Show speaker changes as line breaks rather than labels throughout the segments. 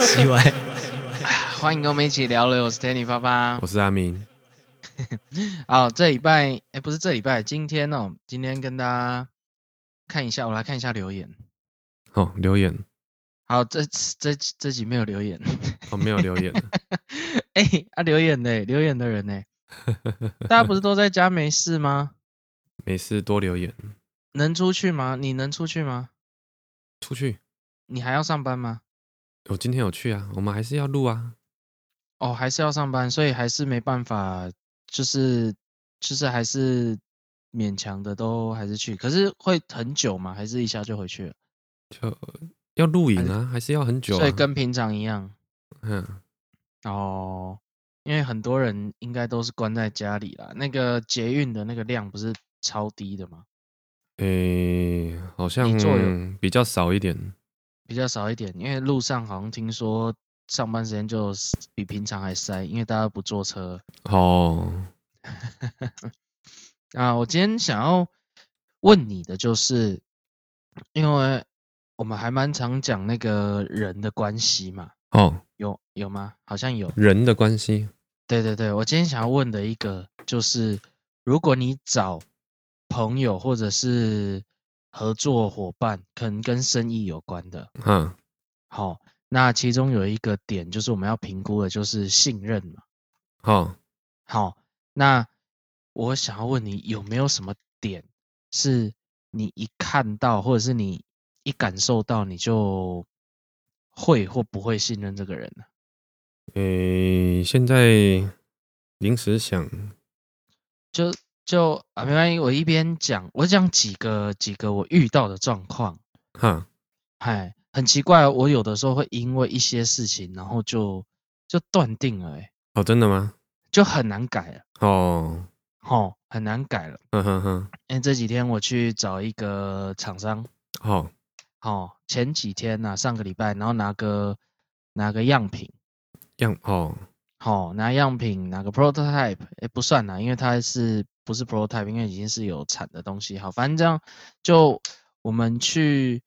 奇怪，
欢迎跟我们一起聊聊，我是 Danny 爸爸
我。是阿明。
好，这礼拜哎，不是这礼拜，今天哦，今天跟大家看一下，我来看一下留言。
哦，留言
好，这这这集没有留言。
哦，没有留言了。
哎、啊，留言的留言的人呢？大家不是都在家没事吗？
没事，多留言。
能出去吗？你能出去吗？
出去，
你还要上班吗？
我今天有去啊，我们还是要录啊。
哦，还是要上班，所以还是没办法，就是就是还是勉强的都还是去，可是会很久吗？还是一下就回去了？
就要录影啊，还是要很久、啊。
所以跟平常一样
嗯，
哦，因为很多人应该都是关在家里啦。那个捷运的那个量不是超低的吗？
诶、好像
你做有
比较少一点。
比较少一点，因为路上好像听说上班时间就是比平常还塞，因为大家不坐车。
哦，
啊，我今天想要问你的就是，因为我们还蛮常讲那个人的关系嘛，
哦，
有有吗？好像有。
人的关系，
对对对，我今天想要问的一个就是，如果你找朋友或者是合作伙伴，可能跟生意有关的，
哈，
好、那其中有一个点就是我们要评估的就是信任嘛。
哦，
好，那我想要问你，有没有什么点是你一看到，或者是你一感受到，你就会或不会信任这个人呢？
诶、现在临时想，
就就啊，没关系，我一边讲，我讲几个几个我遇到的状况，
哈，
嗨，很奇怪哦，我有的时候会因为一些事情，然后就就断定了、欸，
哦，真的吗？
就很难改了，
哦，
吼，很难改了。
哼哼哼，
因为这几天我去找一个厂商。
哦，
哦，前几天呐、上个礼拜，然后拿个拿个样品，
样哦，
哦，拿样品，拿个 prototype，哎，不算啦，因为它是不是 prototype，因为已经是有产的东西。好，反正这样就我们去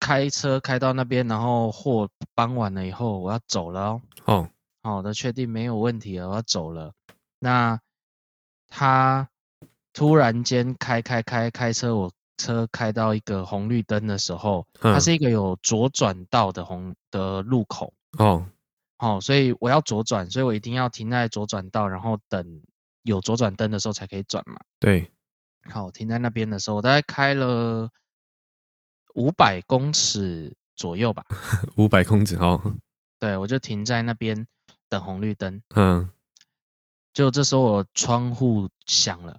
开车开到那边，然后货搬完了以后，我要走了哦，
哦，
好的，确定没有问题了，我要走了。那他突然间开开开开车，我车开到一个红绿灯的时候，它
嗯
是一个有左转道的红的路口，
哦，
哦，所以我要左转，所以我一定要停在左转道，然后等有左转灯的时候才可以转嘛。
对，
好，停在那边的时候，我大概开了五百公尺左右吧，
五百公尺，哦，
对我就停在那边等红绿灯。
嗯，
就这时候我窗户响了，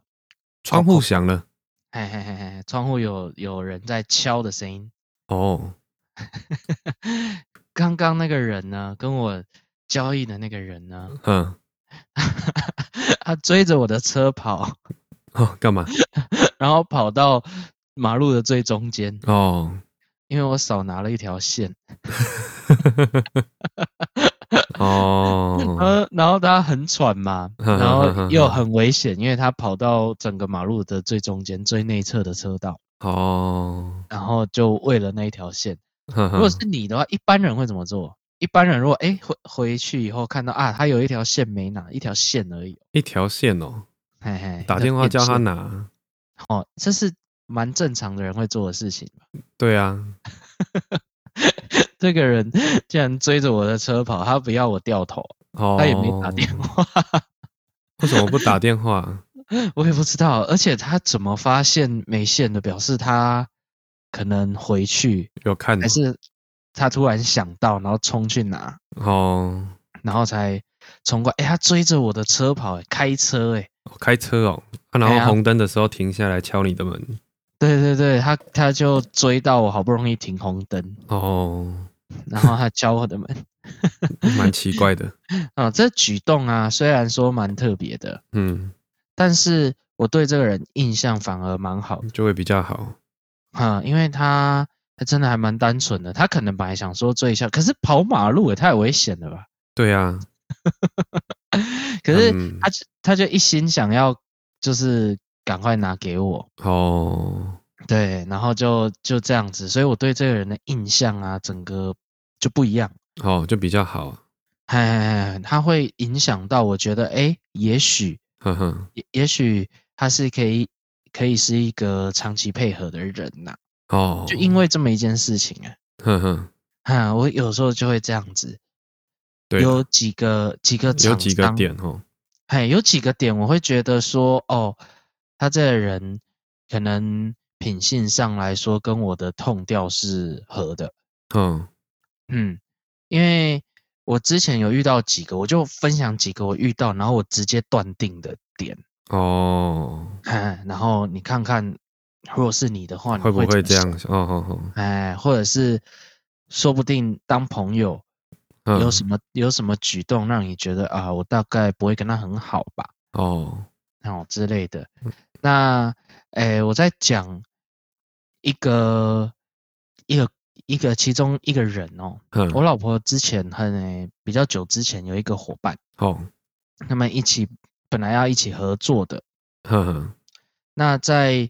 窗
哦
户响了，
嘿嘿嘿嘿，窗户有有人在敲的声音。
哦，
刚刚那个人呢，跟我交易的那个人呢，
嗯，
他追着我的车跑，
哦，干嘛？
然后跑到马路的最中间，
哦，
因为我少拿了一条线。
哦，
呃，然后他很喘 嘛，然后又很危险，因为他跑到整个马路的最中间、最内侧的车道，
哦，
然后就为了那一条线。
呵
如
呵
果是你的话，一般人会怎么做？一般人如果哎回回去以后看到啊，他有一条线没拿，一条线而已，
一条线哦，
嘿嘿，
打
要
电话
变
叫他
现
拿。
哦，这是蛮正常的人会做的事情吧。
对啊，
这个人 竟然追着我的车跑，他不要我掉头，
哦，
他也没打电，话，
为什么不打电话？
我也不知道。而且他怎么发现没线的？表示他可能回去，
有看
还是他突然想到，然后冲去拿，
哦，
然后才冲过来。哎，他追着我的车跑，诶开车，哎，
开车哦，啊然
哎呀
后红灯的时候停下来敲你的门。
对对对，他他就追到我，好不容易停红灯，
哦，
然后他敲我的门。
蛮奇怪的。
啊、这举动啊，虽然说蛮特别的，
嗯，
但是我对这个人印象反而蛮好的
就会比较好。
啊、因为他他真的还蛮单纯的，他可能本来想说追一下，可是跑马路也太危险了吧？
对啊，
可是
嗯
他就、他就一心想要就是赶快拿给我，
哦，
对，然后就就这样子，所以我对这个人的印象啊，整个就不一样。
哦，就比较好，
哎，他会影响到我觉得，哎，也许
呵呵，
也也许他是可以可以是一个长期配合的人呐、
哦，
就因为这么一件事情啊，
呵呵，
啊，我有时候就会这样子，
对啊，
有几个几个
有
厂
几个
商，
点哦，
哎，有几个点我会觉得说，哦，他这个人可能品性上来说跟我的痛调是合的，
嗯，
嗯，因为我之前有遇到几个，我就分享几个我遇到，然后我直接断定的点，
哦，
哎，然后你看看，如果是你的话，你
会不
怎
会
么
这
想？
样想？哦哦
哎，或者是说不定当朋友
哦，
有
嗯，
什么、有什么举动让你觉得啊，我大概不会跟他很好吧，
哦，
哦之类的。那，哎，我在讲一个一个一个其中一个人哦，我
嗯，
老婆之前很、哎比较久之前有一个伙伴，
哦，
他们一起本来要一起合作的，
呵呵，
那在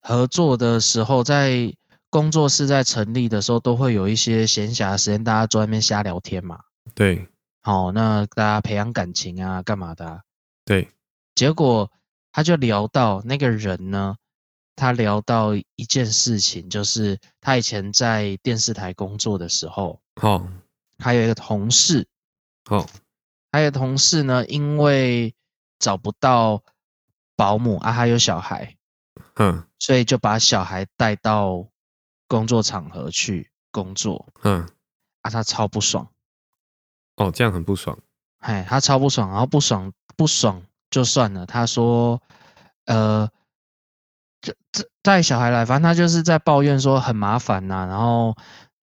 合作的时候，在工作室在成立的时候，都会有一些闲暇的时间，大家坐在那边瞎聊天嘛。
对
好、那大家培养感情啊，干嘛的啊、
对，
结果他就聊到那个人呢，他聊到一件事情，就是他以前在电视台工作的时候，
哦
还有一个同事，
哦，
还有同事呢，因为找不到保姆啊，还有小孩，
嗯
所以就把小孩带到工作场合去工作
嗯，
啊，他超不爽，
哦，这样很不爽，
哎，他超不爽，然后不爽不爽就算了，他说，呃，这这带小孩来，反正他就是在抱怨说很麻烦呐、然后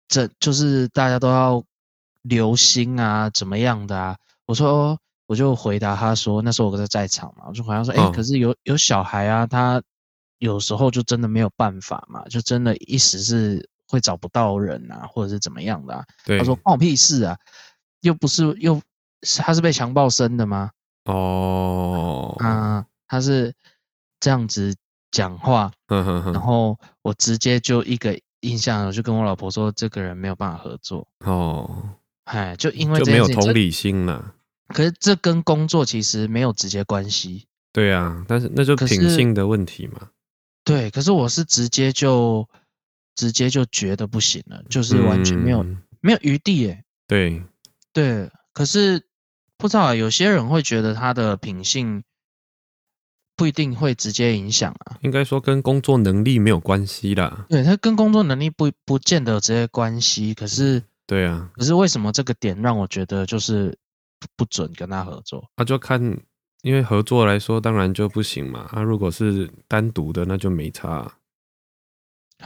这就是大家都要留心啊，怎么样的啊？我说。我就回答他说，那时候我在在场嘛，我就回答说，哎、
嗯
可是有有小孩啊，他有时候就真的没有办法嘛，就真的一时是会找不到人啊，或者是怎么样的啊。
对
他，说关我屁事啊，又不是又是他是被强暴生的吗？
哦，
啊、他是这样子讲话，
呵呵
然
呵，
后我直接就一个印象，我就跟我老婆说，这个人没有办法合作。
哦，
哎，就因为
就
这件
没有
事情，
同
这
理心了。
可是这跟工作其实没有直接关系。
对啊，但是那就
可
品
是
性的问题嘛。
对，可是我是直接就直接就觉得不行了，就是完全没有、
嗯
没有余地耶、
对，
对，可是不知道啊有些人会觉得他的品性不一定会直接影响啊。
应该说跟工作能力没有关系啦。
对，他跟工作能力不不见得有直接关系。可是，
对啊，
可是为什么这个点让我觉得就是不准跟他合作？
那、就看，因为合作来说，当然就不行嘛。啊，如果是单独的，那就没差啊、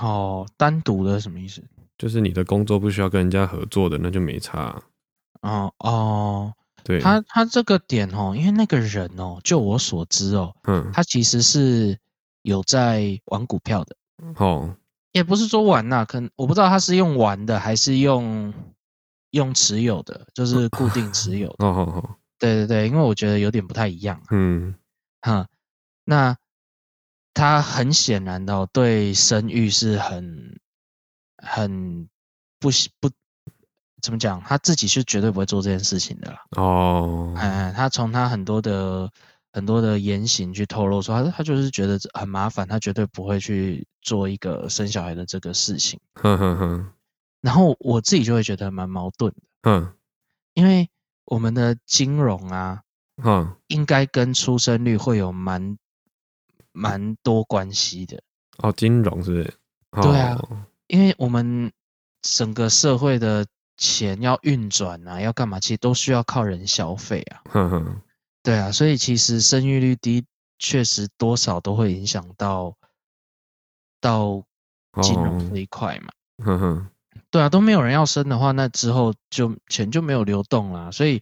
哦，单独的什么意思？
就是你的工作不需要跟人家合作的，那就没差啊、
哦哦，
对，
他他这个点哦，因为那个人哦，就我所知哦，
嗯，
他其实是有在玩股票的。
哦，
也不是说玩呐、可能我不知道他是用玩的还是用用持有的，就是固定持有的。
哦哦哦，
对对对，因为我觉得有点不太一样
嗯，
啊哈。那他很显然的、哦、对生育是很很不喜不怎么讲，他自己是绝对不会做这件事情的啦。
哦，
哎，他从他很多的很多的言行去透露说，他他就是觉得很麻烦，他绝对不会去做一个生小孩的这个事情。
哼哼哼，
然后我自己就会觉得蛮矛盾的，
哼
因为我们的金融啊，
哼，
应该跟出生率会有蛮蛮多关系的，
哦，金融是不是？哦、
对啊因为我们整个社会的钱要运转啊，要干嘛，其实都需要靠人消费啊，
哼哼，
对啊，所以其实生育率低，确实多少都会影响到到金融
哦
这，一块嘛。
哼哼，
对啊，都没有人要生的话，那之后就钱就没有流动啦。所以，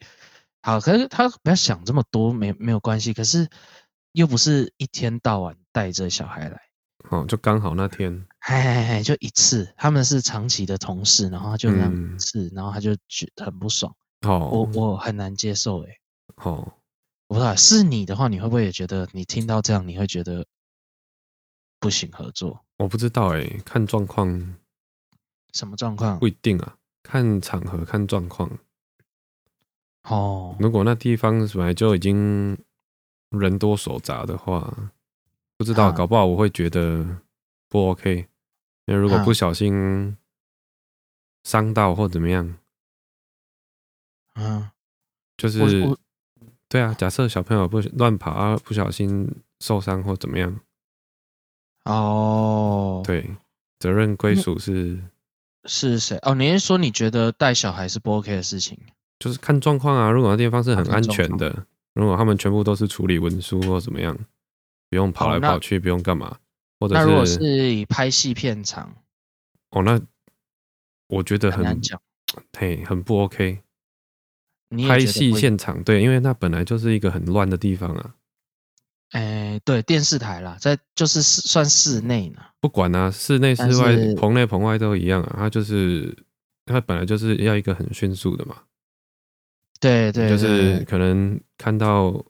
好，可是他不要想这么多，没没有关系。可是又不是一天到晚带着小孩来，
哦，就刚好那天，
嗨嗨嗨，就一次。他们是长期的同事，然后他就那样一
嗯
次，然后他就觉得很不爽。我
哦，
我很难接受、欸，
哦，
我不知道是你的话，你会不会也觉得你听到这样，你会觉得不行合作？
我不知道哎、看状况
什么状况
不？一定啊，看场合看状况。
哦，
如果那地方本来就已经人多手杂的话，不知道，
嗯
搞不好我会觉得不 OK。因为如果
嗯
不小心伤到或怎么样，
嗯，
就是
我
对啊，假设小朋友不乱跑啊，不小心受伤或怎么样，
哦，，
对，责任归属是
是谁？哦，你是说你觉得带小孩是不 OK 的事情？
就是看状况啊。如果那地方是很
看
安
状
全
况
的，如果他们全部都是处理文书或怎么样，不用跑
哦
来
那
跑去，不用干嘛，或者
那如果是以拍戏片场，
哦，那我觉得
很
很
难讲。
嘿很不 OK。
你也
拍
觉得
戏
不
现场对，因为那本来就是一个很乱的地方啊，
哎，对，电视台啦，在就是室算室内呢。
不管啊，室内室
但
外、
是
棚内棚外都一样啊。它就是它本来就是要一个很迅速的嘛，
对对，
就
对
是
对
可能看到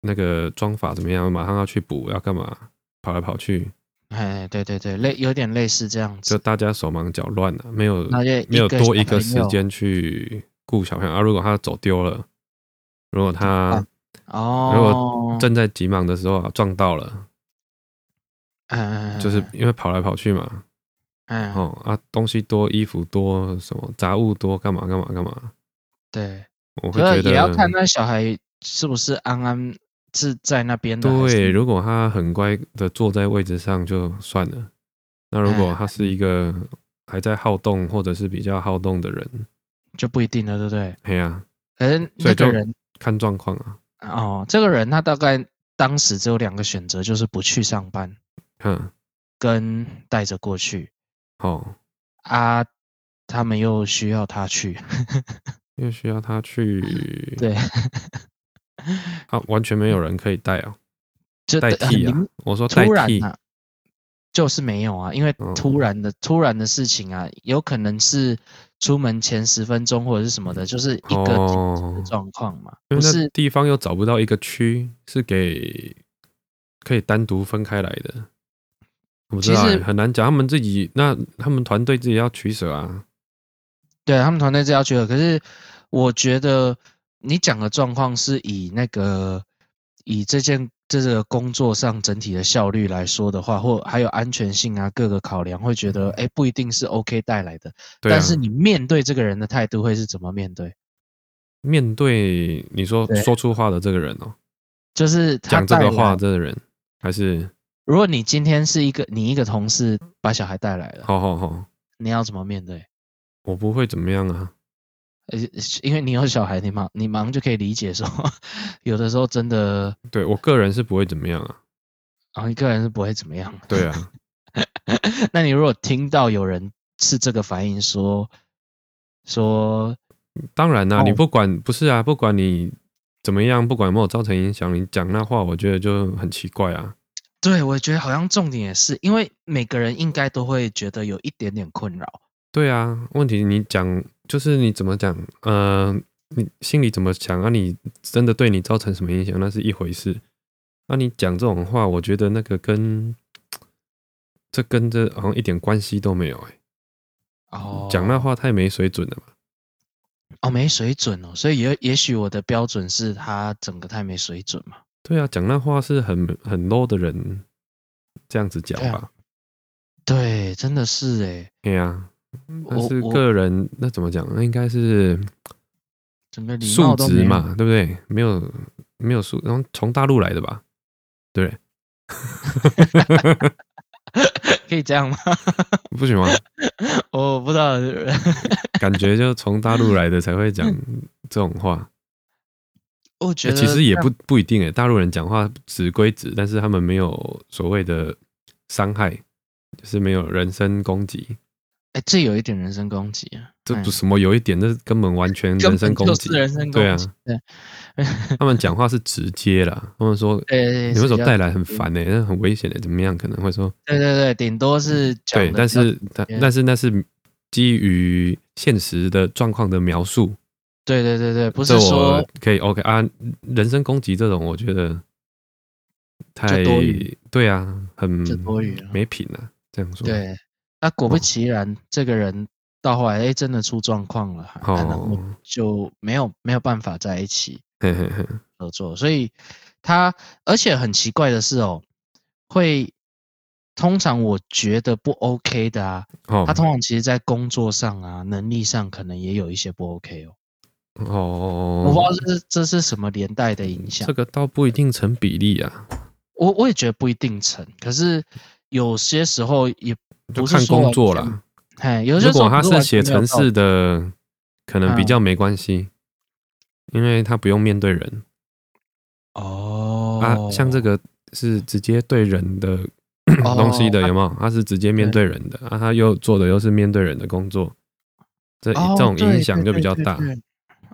那个妆法怎么样，马上要去补，要干嘛，跑来跑去，
哎，对对对，类有点类似这样
就
子。
大家手忙脚乱啊，没有
那就
没有多
小
一个
朋
时
友
间去顾小朋友啊。如果他走丢了，如果他
办哦，
如果正在急忙的时候啊撞到了，
嗯，
就是因为跑来跑去嘛，
嗯，
哦啊东西多，衣服多，什么杂物多，干嘛干嘛干嘛，
对，
我会
可
觉
是
得
也要看啊那小孩是不是安安是在那边的。还
对，
是，
如果他很乖的坐在位置上就算了，那如
哎
果他是一个还在好动或者是比较好动的人，
就不一定了，对不对？
哎呀、
可是
所
那个
以就
人
看状况啊，
哦，这个人他大概当时只有两个选择，就是不去上班
哼，
跟带着过去
哦，
啊，他们又需要他去，
又需要他去，
对，
啊，完全没有人可以带啊，
就
代
很
替啊
临，
我说代
突然
替，
啊，就是没有啊，因为
嗯
突然的、突然的事情啊，有可能是出门前十分钟或者是什么的，就是一个紧急的
哦
状况嘛，
因
不
为
是
那地方又找不到一个区是给可以单独分开来的，我不知道
其
欸、
实
很难讲，他们自己那他们团队自己要取舍啊，
对他们团队是要求的，可是我觉得你讲的状况是以那个以这件这个工作上整体的效率来说的话，或还有安全性啊各个考量，会觉得哎不一定是 OK 带来的，
对啊，
但是你面对这个人的态度会是怎么面对？
面对你说
对
说出话的这个人哦、
就是他
讲这
带
个
来
话的这个人，还是
如果你今天是一个你一个同事把小孩带来了，
好好好，
你要怎么面对？
我不会怎么样啊，
而且因为你有小孩，你忙你忙就可以理解说， 有的时候真的
对我个人是不会怎么样啊，
啊一个人是不会怎么样。
对啊，
那你如果听到有人是这个反应说说
当然啦、
哦
你不管不是啊，不管你怎么样，不管有没有造成影响，你讲那话，我觉得就很奇怪啊，
对，我觉得好像重点也是，因为每个人应该都会觉得有一点点困扰。
对啊，问题你讲就是你怎么讲，呃，你心里怎么想啊？你真的对你造成什么影响，那是一回事。那、你讲这种话，我觉得那个跟这跟这好像一点关系都没有、欸，
哦，
讲那话太没水准了吧？
哦没水准哦，所以也也许我的标准是他整个太没水准嘛。
对啊，讲那话是很很 low 的人这样子讲
对啊
吧？
对，真的是诶，
对呀、啊但
啊嗯我
嗯是
我
个人那怎么讲？那应该是
整个礼
素
貌都没
质
有
嘛，对不对？没有没有素，然后从大陆来的吧？对不对，
可以这样吗？
不行吗？
我不知道，
感觉就从大陆来的才会讲这种话。哎
我嗯觉得
欸其实也
这样
不不一定诶，大陆人讲话直归直，但是他们没有所谓的伤害，就是没有人身攻击。
哎，这有一点人身攻击啊，
这不
哎
什么有一点，这根本完全嗯人身攻击
根本就是。人身
对啊
攻击，对
他们讲话是直接啦，他们说
对，
你为什
是
么
比较
带来很烦呢、那很危险的、怎么样？可能会说
对对对，顶多是讲
对，
得
但
比较
是但但是那是基于现实的状况的描述，
对对对对，不
不
是说
我可以 OK 啊，人身攻击这种我觉得
就
太
多余
对啊，很
就多余了
没品啊。这样说。，
对，那果不
哦
其然，这个人到后来哎真的出状况了，啊然后
哦，
就没有没有办法在一起
嘿嘿嘿，
合作，所以他而且很奇怪的是哦，会通常我觉得不 OK 的啊，
哦，
他通常其实在工作上啊、能力上可能也有一些不 OK 哦，
哦
我不知
哦
道这是这是什么连带的影响
这，个倒不一定成比例啊，
我我也觉得不一定成，可是有些时候也
就
不是
看
说
工作
完全
啦。
哎，有些
如
时候
果他
不完
是写
全没有嗯
程
到
式的，可能比较没关系，因为他不用面对人
哦，
啊。像这个是直接对人的
哦
东西的，
啊
有没有？他是直接面对人的啊，他又做的又是面对人的工作，这
哦
这种
对
影响
对
就比
对
较
对
大。
对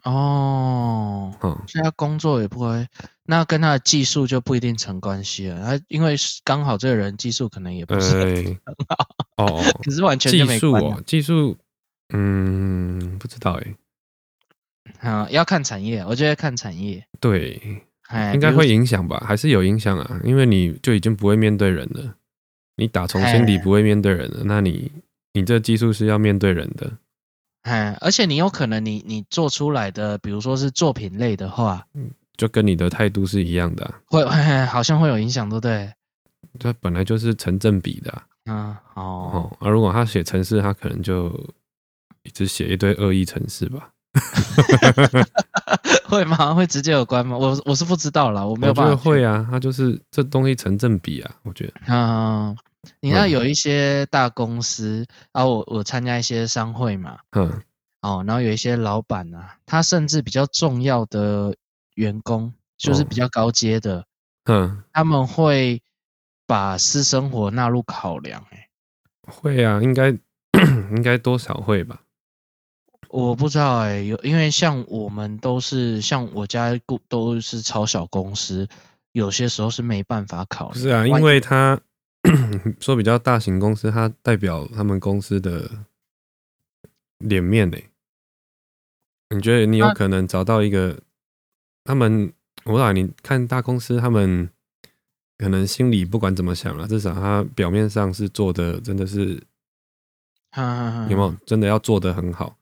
哦，
哦
所以他工作也不会，那跟他的技术就不一定成关系了。他因为是刚好这个人技术可能也不是，
哎， 哦哦，
可是完全
技
就没
术
关
哦，技术，嗯，不知道哎，
啊、要看产业，我觉得看产业，
对，
哎，
应该
比如
会影响吧，还是有影响啊，因为你就已经不会面对人了，你打从心
哎
底不会面对人了，那你你这技术是要面对人的，
哎，而且你有可能你你做出来的，比如说是作品类的话，
就跟你的态度是一样的啊、
会、哎、好像会有影响，对不对？
这本来就是成正比的啊、
嗯，哦，
哦。而、如果他写程式，他可能就一直写一堆恶意程式吧，
会吗？会直接有关吗？我我是不知道啦，我没有
我觉
办法
得
去
会啊，他就是这东西成正比啊，我觉得，
嗯，你那
嗯
有一些大公司啊，我我参加一些商会嘛，
嗯，
哦，然后有一些老板啊，他甚至比较重要的员工，就是
哦
比较高阶的，
嗯，
他们会把私生活纳入考量、欸。
会啊，应该 应该多少会吧，
我不知道哎、有因为像我们都是像我家雇都是超小公司，有些时候是没办法考
不
量。
是啊，因
万一
为他 说比较大型公司，它代表他们公司的脸面呢、你觉得你有
那
可能找到一个他们？我想你看大公司，他们可能心里不管怎么想啊了，至少他表面上是做的真的是
嗯嗯嗯
有没有真的要做的很好。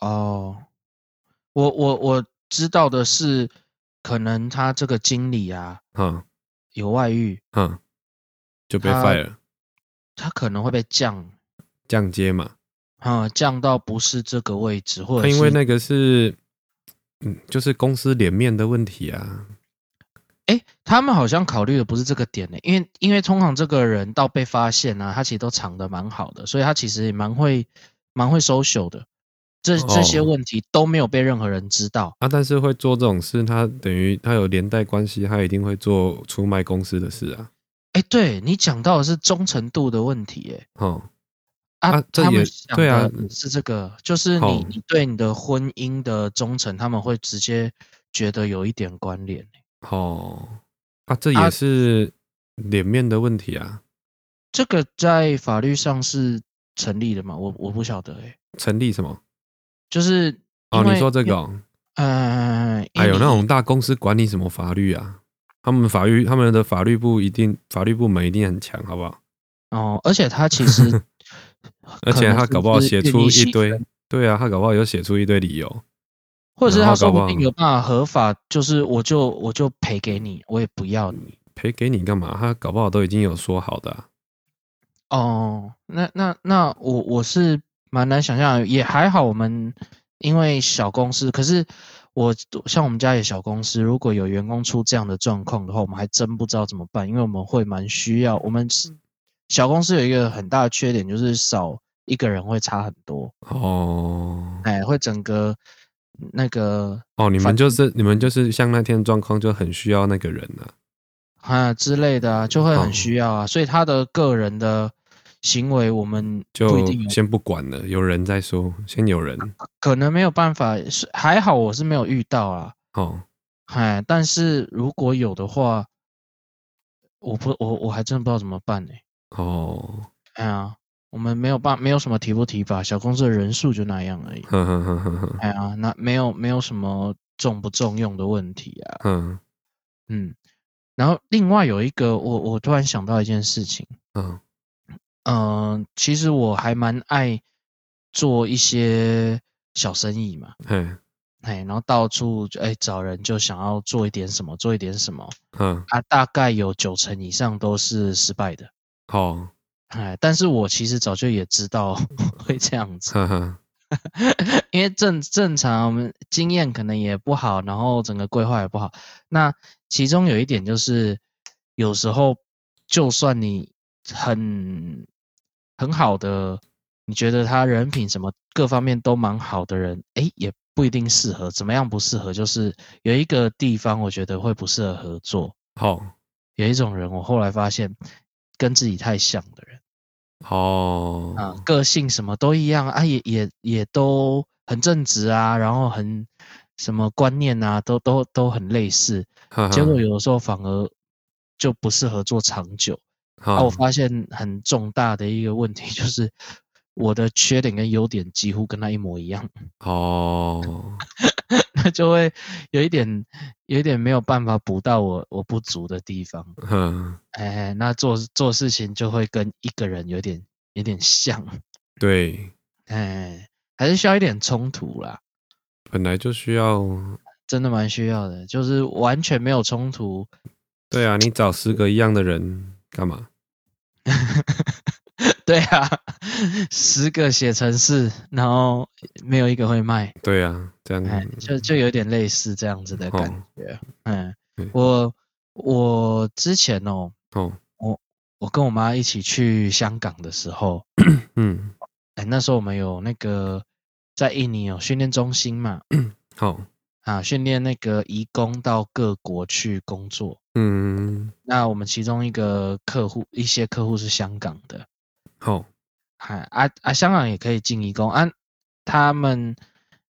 哦，我我我知道的是，可能他这个经理啊
哈
有外遇，
哈，就被
他
fire
他可能会被降，
降阶嘛？
啊、降到不是这个位置，或
他
者
因为
是
那个是嗯，就是公司脸面的问题啊。
诶，他们好像考虑的不是这个点呢、因为因为通常这个人到被发现啊，他其实都藏得蛮好的，所以他其实也蛮会蛮会 social 的，这这些
哦
问题都没有被任何人知道。
啊，但是会做这种事，他等于他有连带关系，他一定会做出卖公司的事啊。
诶，对你讲到的是忠诚度的问题、诶。
哦，
啊
啊，这
他们
也
想
对啊
的是这个，就是你
哦
你对你的婚姻的忠诚，他们会直接觉得有一点关联。欸
哦，啊，这
啊
也是脸面的问题啊，
这个在法律上是成立的嘛？我我不晓得哎、
成立什么？
就是
哦，
因为
你说这个、
因为
哦，
嗯，
哎
因为
呦，
你
那种大公司管你什么法律啊？他们法律，他们的法律部一定，法律部门一定很强，好不好？
哦，而且他其 实，
而且他搞不好写出一堆，，对啊，他搞不好有写出一堆理由，
或者是
然
他
后
说
搞不
不定
好
有办法合法，就是我就我就赔给你，我也不要你。
赔给你干嘛？他搞不好都已经有说好的、啊，
哦，那那那我我是蛮难想象的，也还好我们因为小公司，可是我像我们家也小公司，如果有员工出这样的状况的话，我们还真不知道怎么办，因为我们会蛮需要，我们
嗯
是小公司有一个很大的缺点就是少一个人会差很多，
哦。
哎，会整个那个
哦，你
反
们就是你们就是像那天状况就很需要那个人啊。
啊之类的啊，就会很
哦
需要啊，所以他的个人的行为我们不一
就
定有啊
先不管了，有人再说，先有人
可能没有办法，是还好我是没有遇到啊，
哦，
哎，但是如果有的话，我不我我还真不知道怎么办呢、
哦，
哎呀，我们没有办没有什么提不提拔，小公司的人数就那样而已。
哼哼哼哼哼，
哎呀，那没有没有什么重不重用的问题啊，
嗯
嗯。然后另外有一个，我我突然想到一件事情，
嗯，
嗯、其实我还蛮爱做一些小生意嘛，
嘿，
哎，然后到处就哎找人就想要做一点什么，做一点什么
哈，
啊，大概有九成以上都是失败的。
好，
哎，但是我其实早就也知道 会这样 子，
哈哈，
因为正正常我们经验可能也不好，然后整个规划也不好。那其中有一点就是，有时候就算你很很好的，你觉得他人品什么各方面都蛮好的人，哎，也不一定适合。怎么样不适合？就是有一个地方我觉得会不适合合作，
好，
有一种人，我后来发现跟自己太像的人。啊，
哦，
个性什么都一样啊，也也也都很正直啊，然后很什么观念啊，都都都很类似。
哈哈，
结果有的时候反而就不适合做长久。啊，
好
我，发现很重大的一个问题就是我的缺点跟优点几乎跟他一模一样，
哦，
那就会有一点有一点没有办法补到我我不足的地方。
哼，
哎，那做做事情就会跟一个人有点有点像，
对，
哎，还是需要一点冲突啦。
本来就需要，
真的蛮需要的，就是完全没有冲突，
对啊，你找十个一样的人干嘛？
对啊，十个写程式，然后没有一个会卖，
对啊，这样，
哎，就就有点类似这样子的感觉。嗯
对，
我我之前哦，
哦，
我跟我妈一起去香港的时候，
嗯，
哎，那时候我们有那个在印尼有训练中心嘛，
好，
啊，训练那个移工到各国去工作。
嗯，
那我们其中一个客户，一些客户是香港的，
好，
嗨啊啊，香港也可以进义工啊。他们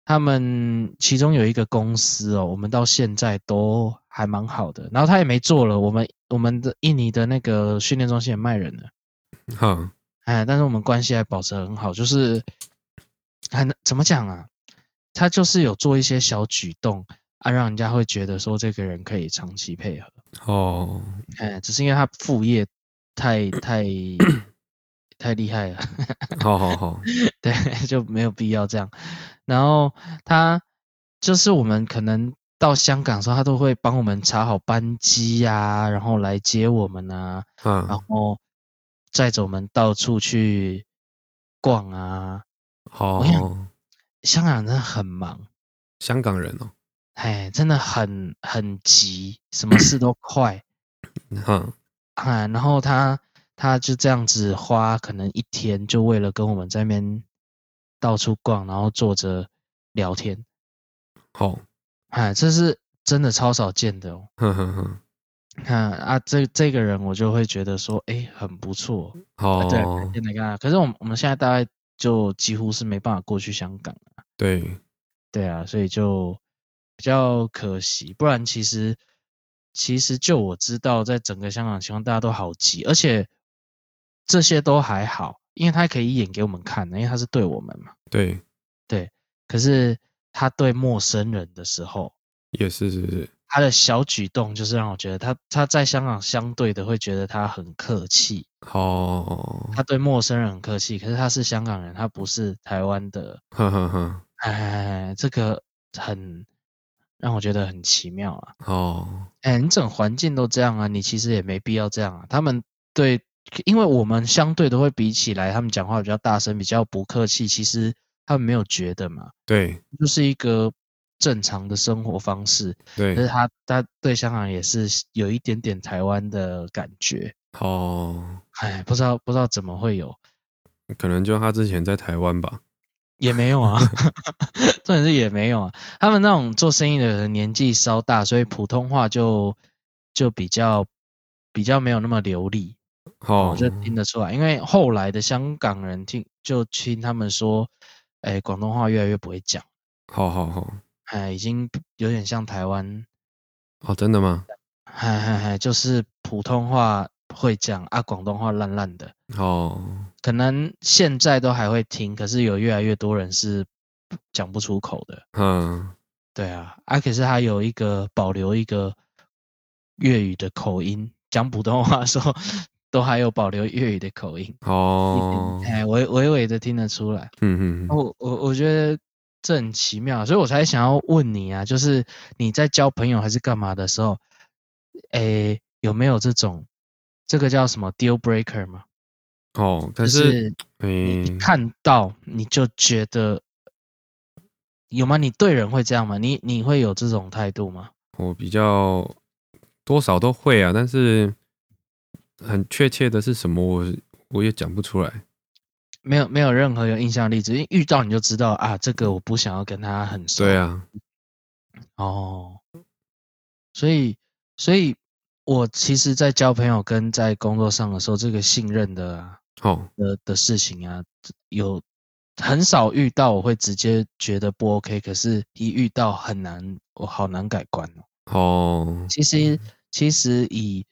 他们其中有一个公司哦，我们到现在都还蛮好的，然后他也没做了，我们我们的印尼的那个训练中心也卖人了，
好，
哎，但是我们关系还保持得很好，就是很怎么讲啊，他就是有做一些小举动啊，让人家会觉得说这个人可以长期配合，
哦，
哎，只是因为他副业太太太厉害了。
好好好，
对，就没有必要这样。然后他就是我们可能到香港的时候，他都会帮我们查好班机呀、然后来接我们啊，然
啊，
后载着我们到处去逛啊。
好
我想
好，
香港人很忙，
香港人哦，
哎，真的很很急，什么事都快
哈，
啊。然后他他就这样子花可能一天，就为了跟我们在那边到处逛，然后坐着聊天。
好，
哎，这是真的超少见的哦。
哼哼哼，
看啊，这这个人我就会觉得说，哎，很不错，啊、对，
好，
真的干。可是我们我们现在大概就几乎是没办法过去香港，
对，
对啊，所以就比较可惜。不然其实其实就我知道，在整个香港情况，大家都好急，而且这些都还好，因为他可以演给我们看，因为他是对我们嘛。
对，
可是他对陌生人的时候，
也是，是是，
他的小举动，就是让我觉得他他在香港相对的会觉得他很客气，
好，
他对陌生人很客气。可是他是香港人，他不是台湾的，
哈哈哈，
哎，这个很让我觉得很奇妙啊！
好，
哎，你整环境都这样啊，你其实也没必要这样啊。他们对，因为我们相对的会比起来，他们讲话比较大声，比较不客气，其实他们没有觉得嘛，
对
就是一个正常的生活方式。可是
对，
他他对香港也是有一点点台湾的感觉，
好，
哎，不知道不知道怎么会有，
可能就他之前在台湾吧，
也没有啊， 重点是也没有啊。他们那种做生意的人年纪稍大，所以普通话就就比较比较没有那么流利，
好
我，就听得出来。因为后来的香港人听就听他们说，哎，广东话越来越不会讲，
好好好，
哎，已经有点像台湾
哦，真的吗？
嗨嗨嗨，就是普通话会讲啊，广东话烂烂的，
哦，
可能现在都还会听，可是有越来越多人是讲不出口的。
嗯，
对啊，啊，可是他有一个保留一个粤语的口音，讲普通话的时候都还有保留粤语的口音，
哦，
哎，微微微的听得出来。
嗯嗯嗯，
我我我觉得这很奇妙，所以我才想要问你啊，就是你在交朋友还是干嘛的时候，诶，有没有这种这个叫什么 deal breaker 吗？
哦，但，
就是你
嗯
你，看到你就觉得有吗？你对人会这样吗？你你会有这种态度吗？
我比较多少都会啊，但是很确切的是什么，我我也讲不出来。
没有没有任何有印象的例子，因为遇到你就知道啊，这个我不想要跟他很熟。
对啊，
哦，所以，所以我其实，在交朋友跟在工作上的时候，这个信任的啊
哦，
的的事情啊，有很少遇到，我会直接觉得不 OK。可是，一遇到很难，我好难改观哦。
哦，
其实，其实以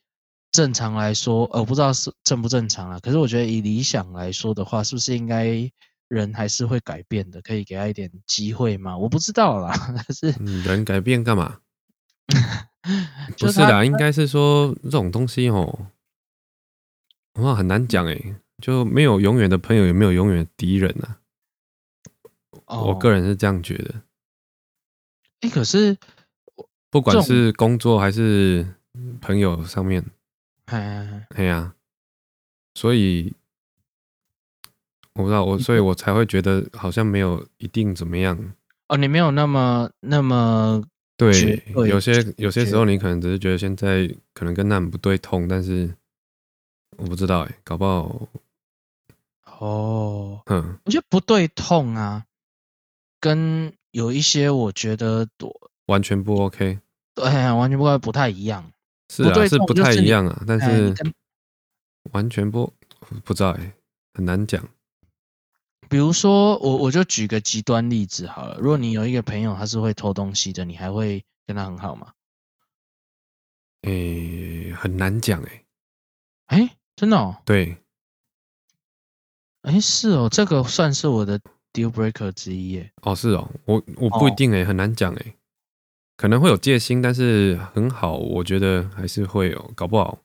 正常来说，呃，我不知道是正不正常啊。可是，我觉得以理想来说的话，是不是应该人还是会改变的？可以给他一点机会吗？我不知道啦， 但是
嗯人改变 干嘛？
就
不是
他
啦，应该是说这种东西哦，哇，很难讲诶，就没有永远的朋友，也没有永远的敌人啊。我
哦
个人是这样觉得，
哎、可是，
不管
这种
是工作还是朋友上面，
哎，
哎呀、所以我不知道我，所以我才会觉得好像没有一定怎么样。
哦，你没有那么那么，绝
对，
对
有些有些
绝
时候你可能只是觉得现在可能跟他们不对痛，但是我不知道哎、搞不好，
哦，
嗯，
我觉得不对痛啊，跟有一些我觉得我
完全不 OK。
对完全不太不太一样，
是
不对
啊，是
痛
不
就
太
是
一
你
样啊，但
哎，你
是
跟
完全不不知道哎、很难讲。
比如说我我就举个极端例子好了，如果你有一个朋友他是会偷东西的，你还会跟他很好吗？
诶、很难讲诶、欸
哎、真的哦，
对，
哎、是哦，这个算是我的 deal breaker 之一耶。
哦，是哦，我我不一
哦
定诶、欸很难讲诶、可能会有戒心，但是很好，我觉得还是会有，搞不好。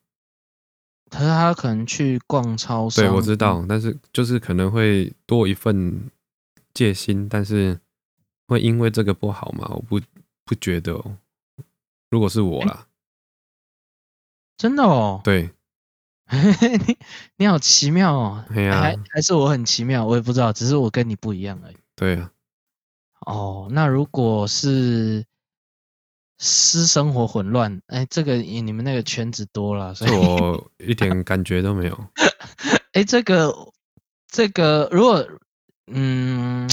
可是他可能去逛超市，
对，我知
嗯
道，但是就是可能会多一份戒心，但是会因为这个不好吗？我不不觉得哦。如果是我啦，
真的哦，
对，
你你好奇妙哦，
哎呀
还还是我很奇妙，我也不知道，只是我跟你不一样而已。
对啊，
哦，那如果是私生活混乱，哎，这个你们那个圈子多了，所以
这我一点感觉都没有。
哎，这个这个如果嗯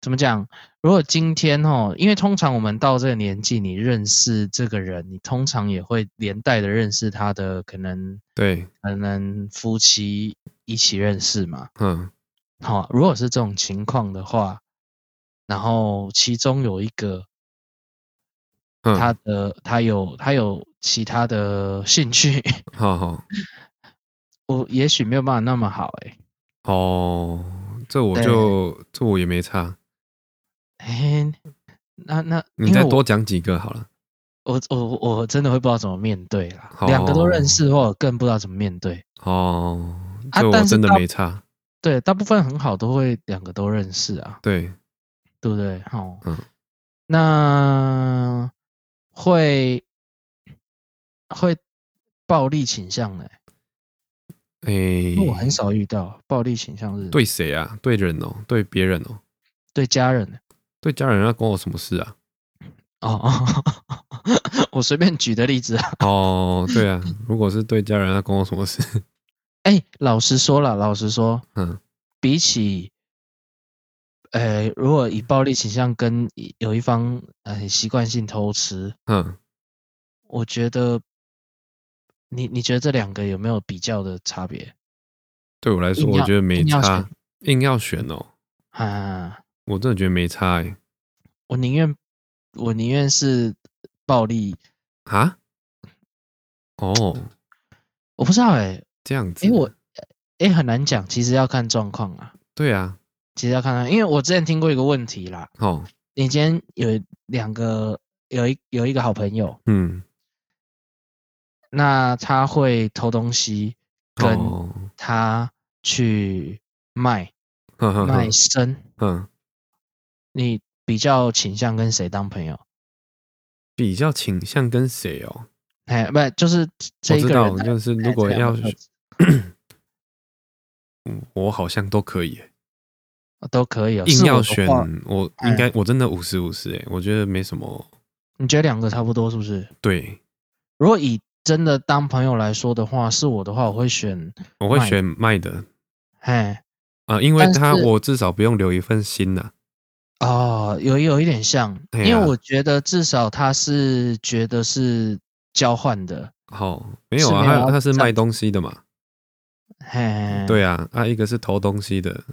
怎么讲？如果今天哦，因为通常我们到这个年纪，你认识这个人，你通常也会连带的认识他的可能
对，
可能夫妻一起认识嘛。
嗯，
好、如果是这种情况的话，然后其中有一个
嗯
他的、他有他有其他的兴趣，
好好
我也许没有办法那么好哎、
哦，这我
对
就这我也没差，
欸，嘿那那
你
因为
再
我
多讲几个好了。
我我我真的会不知道怎么面对啦，两个都认识的话，我更不知道怎么面对。
哦，
啊
这我
但是
真的
大
没差。
对，大部分很好都会两个都认识啊，
对，
对不对？哦，
嗯，
那会会暴力倾向呢、
诶
因为，我很少遇到暴力倾向是
哎嗯对谁啊？对人哦，对别人哦，
对家人
对家人要关我什么事啊？
哦 哦，我随便举的例子啊。
哦，对啊，如果是对家人，那关我什么事？
哎、老实说了，老实说，
嗯，
比起，呃，如果以暴力倾向跟一有一方呃习惯性偷吃，
嗯，
我觉得，你你觉得这两个有没有比较的差别
对我来说，
硬
我
要
觉得没
硬要
差
选。
硬要选哦，
啊？
我真的觉得没差哎。
我宁愿我宁愿是暴力，
啊？哦，
我不知道哎、欸，
这样子。
哎、我哎、很难讲，其实要看状况啊，
对啊，
其实要看看，因为我之前听过一个问题啦，
哦，
你今天有两个有一有一个好朋友，
嗯，
那他会偷东西，跟
哦，
他去卖、
哈哈哈
卖，身，
嗯，
你比较倾向跟谁当朋友？
比较倾向跟谁哦？
哎，不就是这
我
一
知
个
道，
人
就
的？
是
哎
如果
这两
要
个，特质
嗯 我好像都可以耶，欸
都可以、哦，
硬
是我
要
的
选
话，哎
我应该我真的五十五十哎，我觉得没什么
你觉得两个差不多是不是？
对，
如果以真的当朋友来说的话，是我的话，我会选，
我会
卖
选卖的
哎，
啊，因为
但
他
是
我至少不用留一份心呐，
哦，有有一点像，
哎
因为
呀
我觉得至少他是觉得是交换的，
好，没有啊，
是没有
他
要
他是
这样哎
卖东西的嘛，
嘿，
对啊，啊一个是投东西的，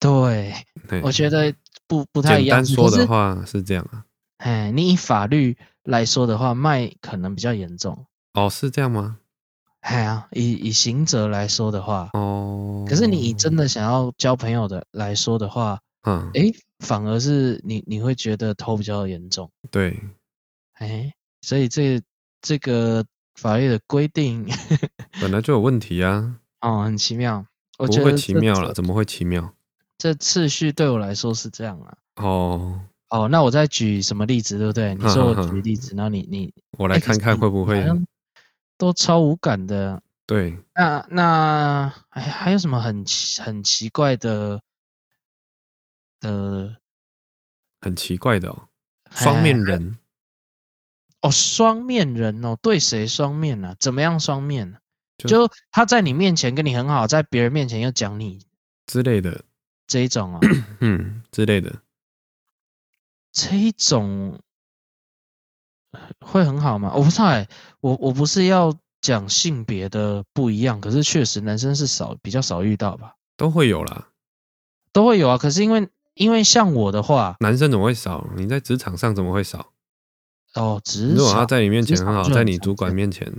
对，
嘿
我觉得不不太一
简
样。
单说
可
的
是，
话是这样啊，
哎，你以法律来说的话，卖可能比较严重。
哦是这样吗？
哎呀、以以刑责来说的话，
哦，
可是你以真的想要交朋友的来说的话，
嗯
哎，反而是你你会觉得偷比较严重。
对，
哎，所以这这个法律的规定
本来就有问题啊，
哦，很奇妙。 我
不
觉
会
得
奇
这
妙了，怎么会奇妙？
这次序对我来说是这样啊。
哦，
哦，那我再举什么例子，对不对？你说
哼哼
我
哼
举例子，然后你你
我来
哎可
看
是
看
你
会不
好
会
像都超无感的。
对
那那还还有什么很奇很奇怪的的
很奇怪的哦，双面
哎
人
哦？双面人哦，对谁双面啊？怎么样双面啊、
就
就他在你面前跟你很好，在别人面前又讲你
之类的，
这一种哦，
嗯之类的，
这一种会很好吗？我不知道哎、我我不是要讲性别的不一样，可是确实男生是少比较少遇到吧，
都会有啦。
都会有啊。可是因为因为像我的话，
男生怎么会少？你在职场上怎么会少？
哦，职
如果他
场
在你面前
职
很好，
场就
在
很
你
常
主管
见
面前，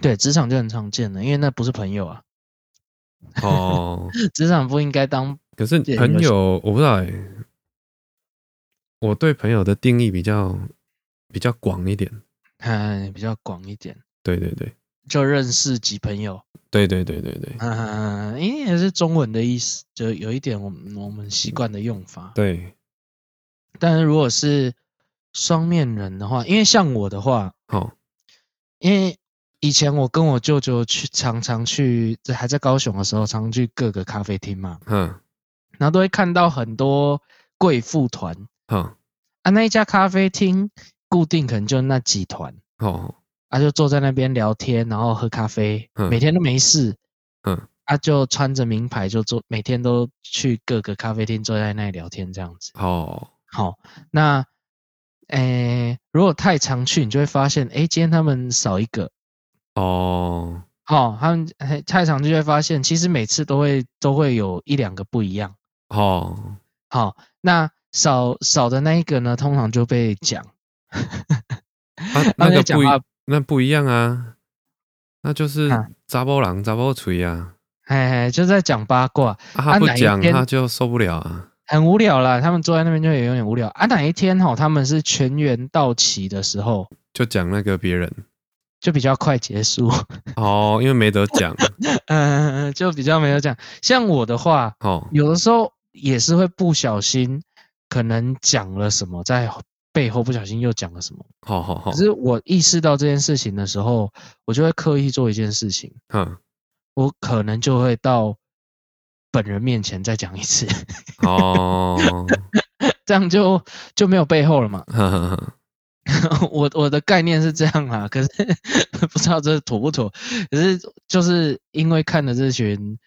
对职场就很常见的，因为那不是朋友啊，
哦，
职场不应该当
可是
对
朋
有
友我不知道哎、我对朋友的定义比较比较广一点。
嗯比较广一点，
对对对
就认识及朋友，
对对对对对
嗯，因为也是中文的意思，就有一点我们我们习惯的用法。
对，
但是如果是双面人的话，因为像我的话，
好、
因为以前我跟我舅舅去常常去，在还在高雄的时候，常常去各个咖啡厅嘛，
嗯
然后都会看到很多贵妇团
好
啊，那一家咖啡厅固定可能就那几团
好
啊，就坐在那边聊天，然后喝咖啡，
嗯
每天都没事，
嗯，
啊，就穿着名牌就坐，每天都去各个咖啡厅坐在那里聊天这样子。
好
好，那，诶，如果太常去，你就会发现，诶，今天他们少一个，
哦，
好、他们诶太常去就会发现，其实每次都会都会有一两个不一样。
好
好、那少少的那一个呢，通常就被讲，
啊，
他
那
们
个
就讲
不一
话，
那不一样啊，那就是
啊
杂包狼杂包锤啊，
哎，就在讲八卦，
啊
啊
他不
哪一
讲
天
他就受不了啊。
很无聊啦。他们坐在那边就有点无聊啊。哪一天哈、他们是全员到齐的时候，
就讲那个别人
就比较快结束，
哦，因为没得讲
嗯、就比较没有讲。像我的话，
哦，
有的时候也是会不小心，可能讲了什么，在背后不小心又讲了什么。
好好好
可，是我意识到这件事情的时候，我就会刻意做一件事情，
嗯，
我可能就会到本人面前再讲一次，
哦，
这样就就没有背后了嘛。
呵呵呵
我我的概念是这样啦，可是 不知道这妥不妥。可是就是因为看了这群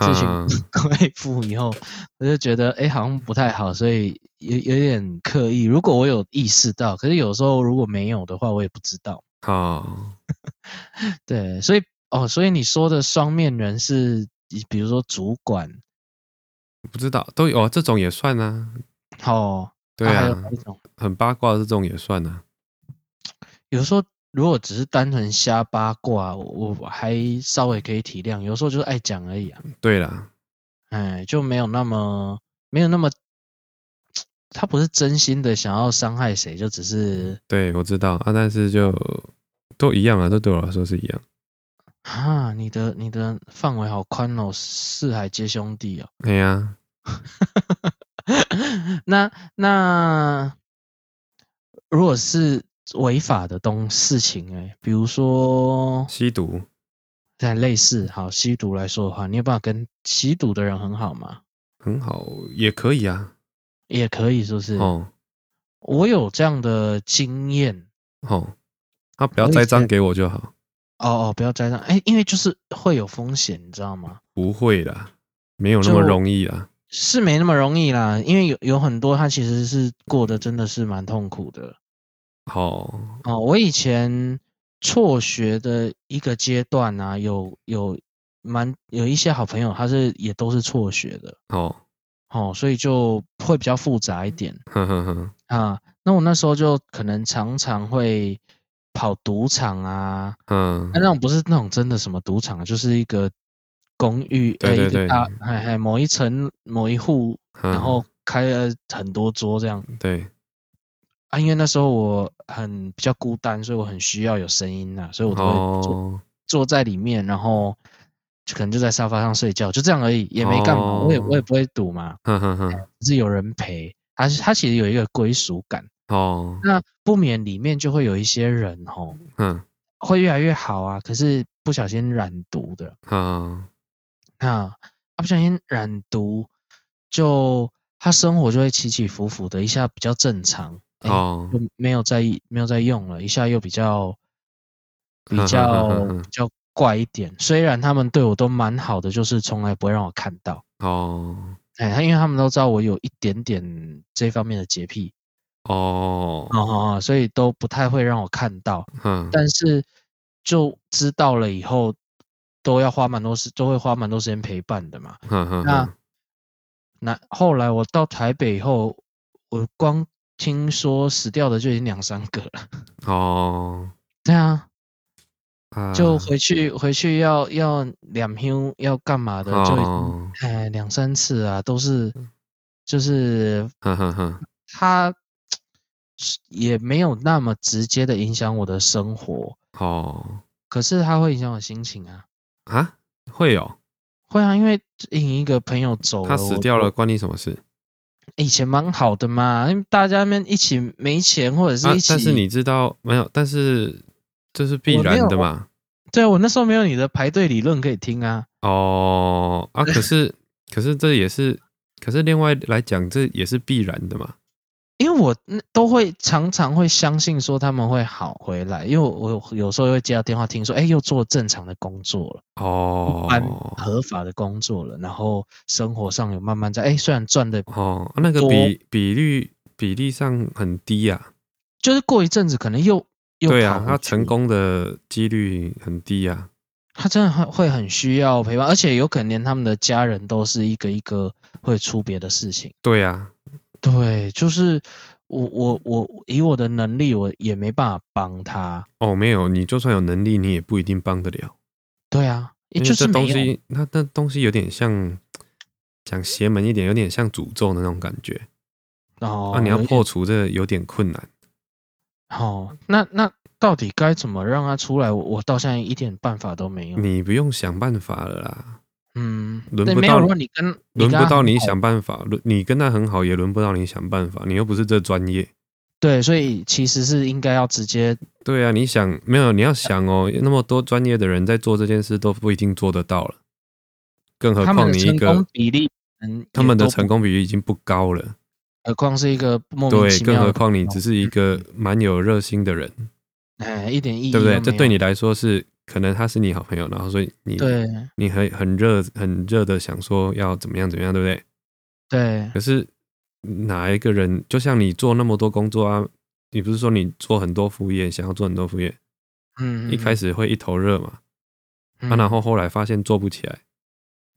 这群
哈
贵妇以后，我就觉得哎、诶好像不太好，所以有有点刻意。如果我有意识到，可是有时候如果没有的话，我也不知道。
好，
对，所以哦，所以你说的双面人是，以比如说主管
不知道都有、哦、这种也算啊，
哦，
对
还有
啊，
那种，
很八卦的这种也算啊，
有时候如果只是单纯瞎八卦，我我还稍微可以体谅。有时候就是爱讲而已啊，
对啦，
哎，就没有那么没有那么，他不是真心的想要伤害谁，就只是
对我知道啊，但是就都一样啊，这对我来说是一样，
啊，你的你的范围好宽哦，四海皆兄弟哦。
哎呀，
那那如果是违法的东事情、欸，哎，比如说
吸毒
在类似好吸毒来说的话，你有办法跟吸毒的人很好吗？
很好，也可以啊。
也可以，是不是？
哦
我有这样的经验。
哦，他不要栽赃给我就好。
哦哦，不要栽赃，哎，因为就是会有风险，你知道吗？
不会啦，没有那么
就
容易啊啦。
是没那么容易啦，因为有有很多他其实是过得真的是蛮痛苦的。
哦，
哦，我以前辍学的一个阶段啊，有有蛮有一些好朋友，他是也都是辍学的，
哦，
哦，所以就会比较复杂一点
哼哼哼，
啊。那我那时候就可能常常会跑赌场啊，
嗯
那，那种不是那种真的什么赌场啊，就是一个公寓，
对对
呃，一
对
个大，嘿嘿，某一层某一户，然
嗯
后开了很多桌这样
对，
啊。因为那时候我很比较孤单，所以我很需要有声音呐、所以我都会坐、
哦，
坐在里面，然后就可能就在沙发上睡觉，就这样而已，也没干嘛，我也我也不会赌嘛，
哼哼哼，
只是有人陪。他他其实有一个归属感，
哦，
那不免里面就会有一些人吼
嗯，
会越来越好啊，可是不小心染毒的。
啊，
啊，他不小心染毒，就他生活就会起起伏伏的，一下比较正常，哎、
哦，
就没有在没有在用了，一下又比较比
哼
较
哼哼
比较怪一点。虽然他们对我都蛮好的，就是从来不会让我看到，
哦，
哎，他因为他们都知道我有一点点这方面的洁癖，
哦，
哦哦哦，所以都不太会让我看到。
嗯，
但是就知道了以后，都要花蛮多时，都会花蛮多时间陪伴的嘛。
哼哼
那
哼，
那后来我到台北以后，我光听说死掉的就已经两三个了。
哦，
对啊，
啊
就回去、回去要要两休要干嘛的，就已经
哦，嗯
哎两三次啊，都是就是
哼哼哼，
他也没有那么直接的影响我的生活，
哦，
可是他会影响我心情啊。
啊，会有、
会啊，因为另一个朋友走了，
他死
我
掉
我
了，关你什么事？
以前蛮好的嘛，因为大家们一起没钱或者
啊
是一，起，
但是你知道没有？但是这是必
我没
然的
有
嘛。
对啊，我那时候没有你的排队理论可以听啊。
哦啊，可是可是这也是，可是另外来讲，这也是必然的嘛。
因为我嗯都会常常会相信说他们会好回来，因为我我有有时候会接到电话，听说哎又做正常的工作了，办
哦
合法的工作了，然后生活上有慢慢在哎虽然赚的，
哦，那个
多
比比率比例上很低呀、
就是过一阵子可能又又
对
跑
啊，
回
他成
去，
功的几率很低啊呀、
他真的很会很需要陪伴，而且有可能连他们的家人都是一个一个会出别的事情。
对啊呀、
对，就是我我我以我的能力，我也没办法帮他。
哦，没有，你就算有能力，你也不一定帮得了，
对啊，也
因
就
为
是
这
没
东
有。
西，那那东西有点像。讲邪门一点，有点像诅咒的那种感觉。
哦，
啊，你要
有一
破除这个有点困难。
哦，那那到底该怎么让他出来？我我到现在一点办法都没有。
你不用想办法了啦，
嗯，
轮
对
不
没有。
到
如果你跟跟
轮不
他
到
很
你
好
想办法，轮你跟他很好也轮不到你想办法，你又不是这专业。
对，所以其实是应该要直接
对啊，你想没有？你要想哦，那么多专业的人在做这件事都不一定做得到了，更何
他们的
况呃你一
成功
个
比例，嗯，
他们的成，功比例已经不高了，
何况是一个莫名
对，
其
更
妙
何
的
况你
成
只是一
嗯
个蛮有热心的人，
功哎一点意义
对不对？
都
这
没
对
有
你来说是可能他是你好朋友，然后所以你
对
你很很热很热的想说要怎么样怎么样，对不对？
对
可是哪一个人，就像你做那么多工作啊，你不是说你做很多副业，想要做很多副业，
嗯
一开
始
始会一头热嘛，
嗯
啊，然后后来发现做不起来，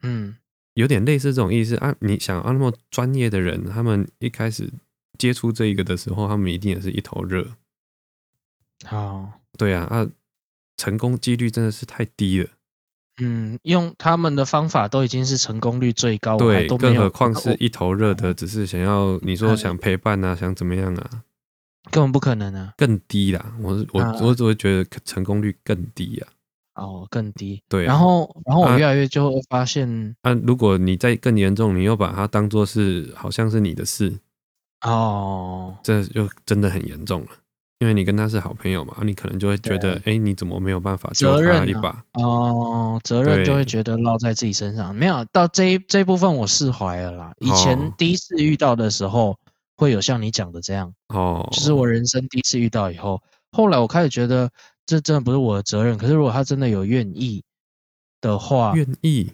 嗯
有点类似这种意思啊。你想啊，那么专业的人，他们一开始接触这一个的时候，他们一定也是一头热，
好
对啊，啊，成功几率真的是太低了，
嗯用他们的方法都已经是成功率最高，我还
对，
都没
更
有
何况
我嗯
是一头热的，只是想要你说
哎
想陪伴啊，想怎么样啊，
根本不可能啊。
更低啦。我是我
啊
我只会觉得成功率更低啊。
哦更低。
对啊
然后然后我
啊
越来越就会发现、
啊，如果你再更严重，你又把它当做是好像是你的事，
哦，
这就真的很严重了。因为你跟他是好朋友嘛，啊你可能就会觉得，哎、你怎么没有办法救
责任
他
啊
一把？
哦，责任就
对
会觉得落在自己身上。没有到这一这一部分，我释怀了啦。以前
哦
第一次遇到的时候，会有像你讲的这样，
哦，
就是我人生第一次遇到以后，后来我开始觉得这真的不是我的责任。可是如果他真的有愿意的话，
愿意，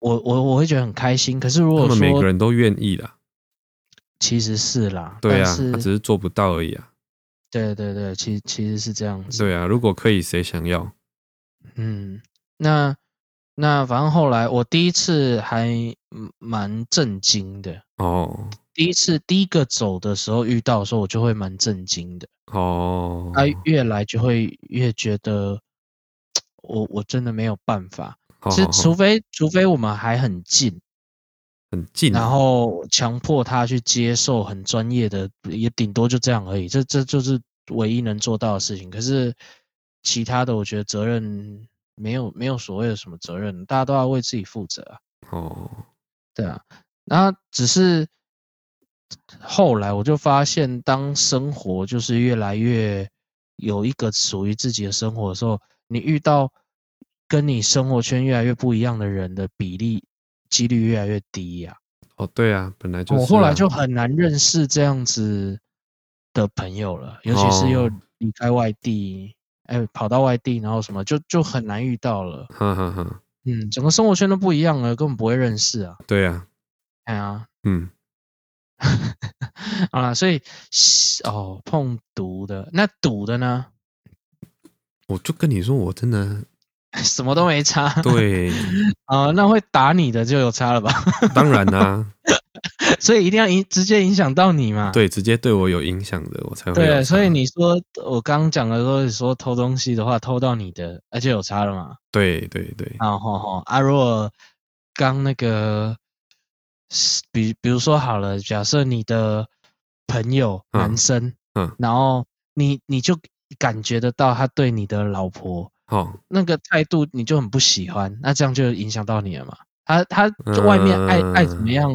我我我会觉得很开心。可是啊如果
他们每个
说
人都愿意啦。
其实是啦，但
对啊，
是
他只是做不到而已啊。
对对对，其实其实是这样子。
对啊，如果可以，谁想要？
嗯，那那反正后来我第一次还嗯蛮震惊的，
哦
第一次第一个走的时候遇到的时候，我就会蛮震惊的。
哦，
他越来就会越觉得我我真的没有办法。
好
其实
好好
除非除非我们还很近，
很近啊，
然后强迫他去接受很专业的，也顶多就这样而已。这这就是唯一能做到的事情。可是其他的，我觉得责任没有没有所谓的什么责任，大家都要为自己负责啊。
哦，
对啊，那只是后来我就发现，当生活就是越来越有一个属于自己的生活的时候，你遇到跟你生活圈越来越不一样的人的比例几率越来越低呀、
哦，对啊，本来就是、
我后来就，很难认识这样子的朋友了，尤其是又
哦
离开外地，哎，跑到外地，然后什么就就很难遇到了。
哈哈哈，
嗯，整个生活圈都不一样了，根本不会认识啊。
对啊，
哎呀，
嗯，
好啦，所以吸哦，碰毒的那赌的呢，
我就跟你说，我真的
什么都没差。
对，
啊、那会打你的就有差了吧？
当然啦、
所以一定要影直接影响到你嘛。
对，直接对我有影响的，我才会
对
有
所以
差
你说我刚刚讲的时候，你说偷东西的话，偷到你的那就有差了嘛。
对对对，
啊吼吼啊，如果刚那个，比比如说好了，假设你的朋友
嗯
男生，
嗯
然后你你就感觉得到他对你的老婆。
好、
那个态度你就很不喜欢，那这样就影响到你了嘛？他他
嗯
就外面爱、爱怎么样？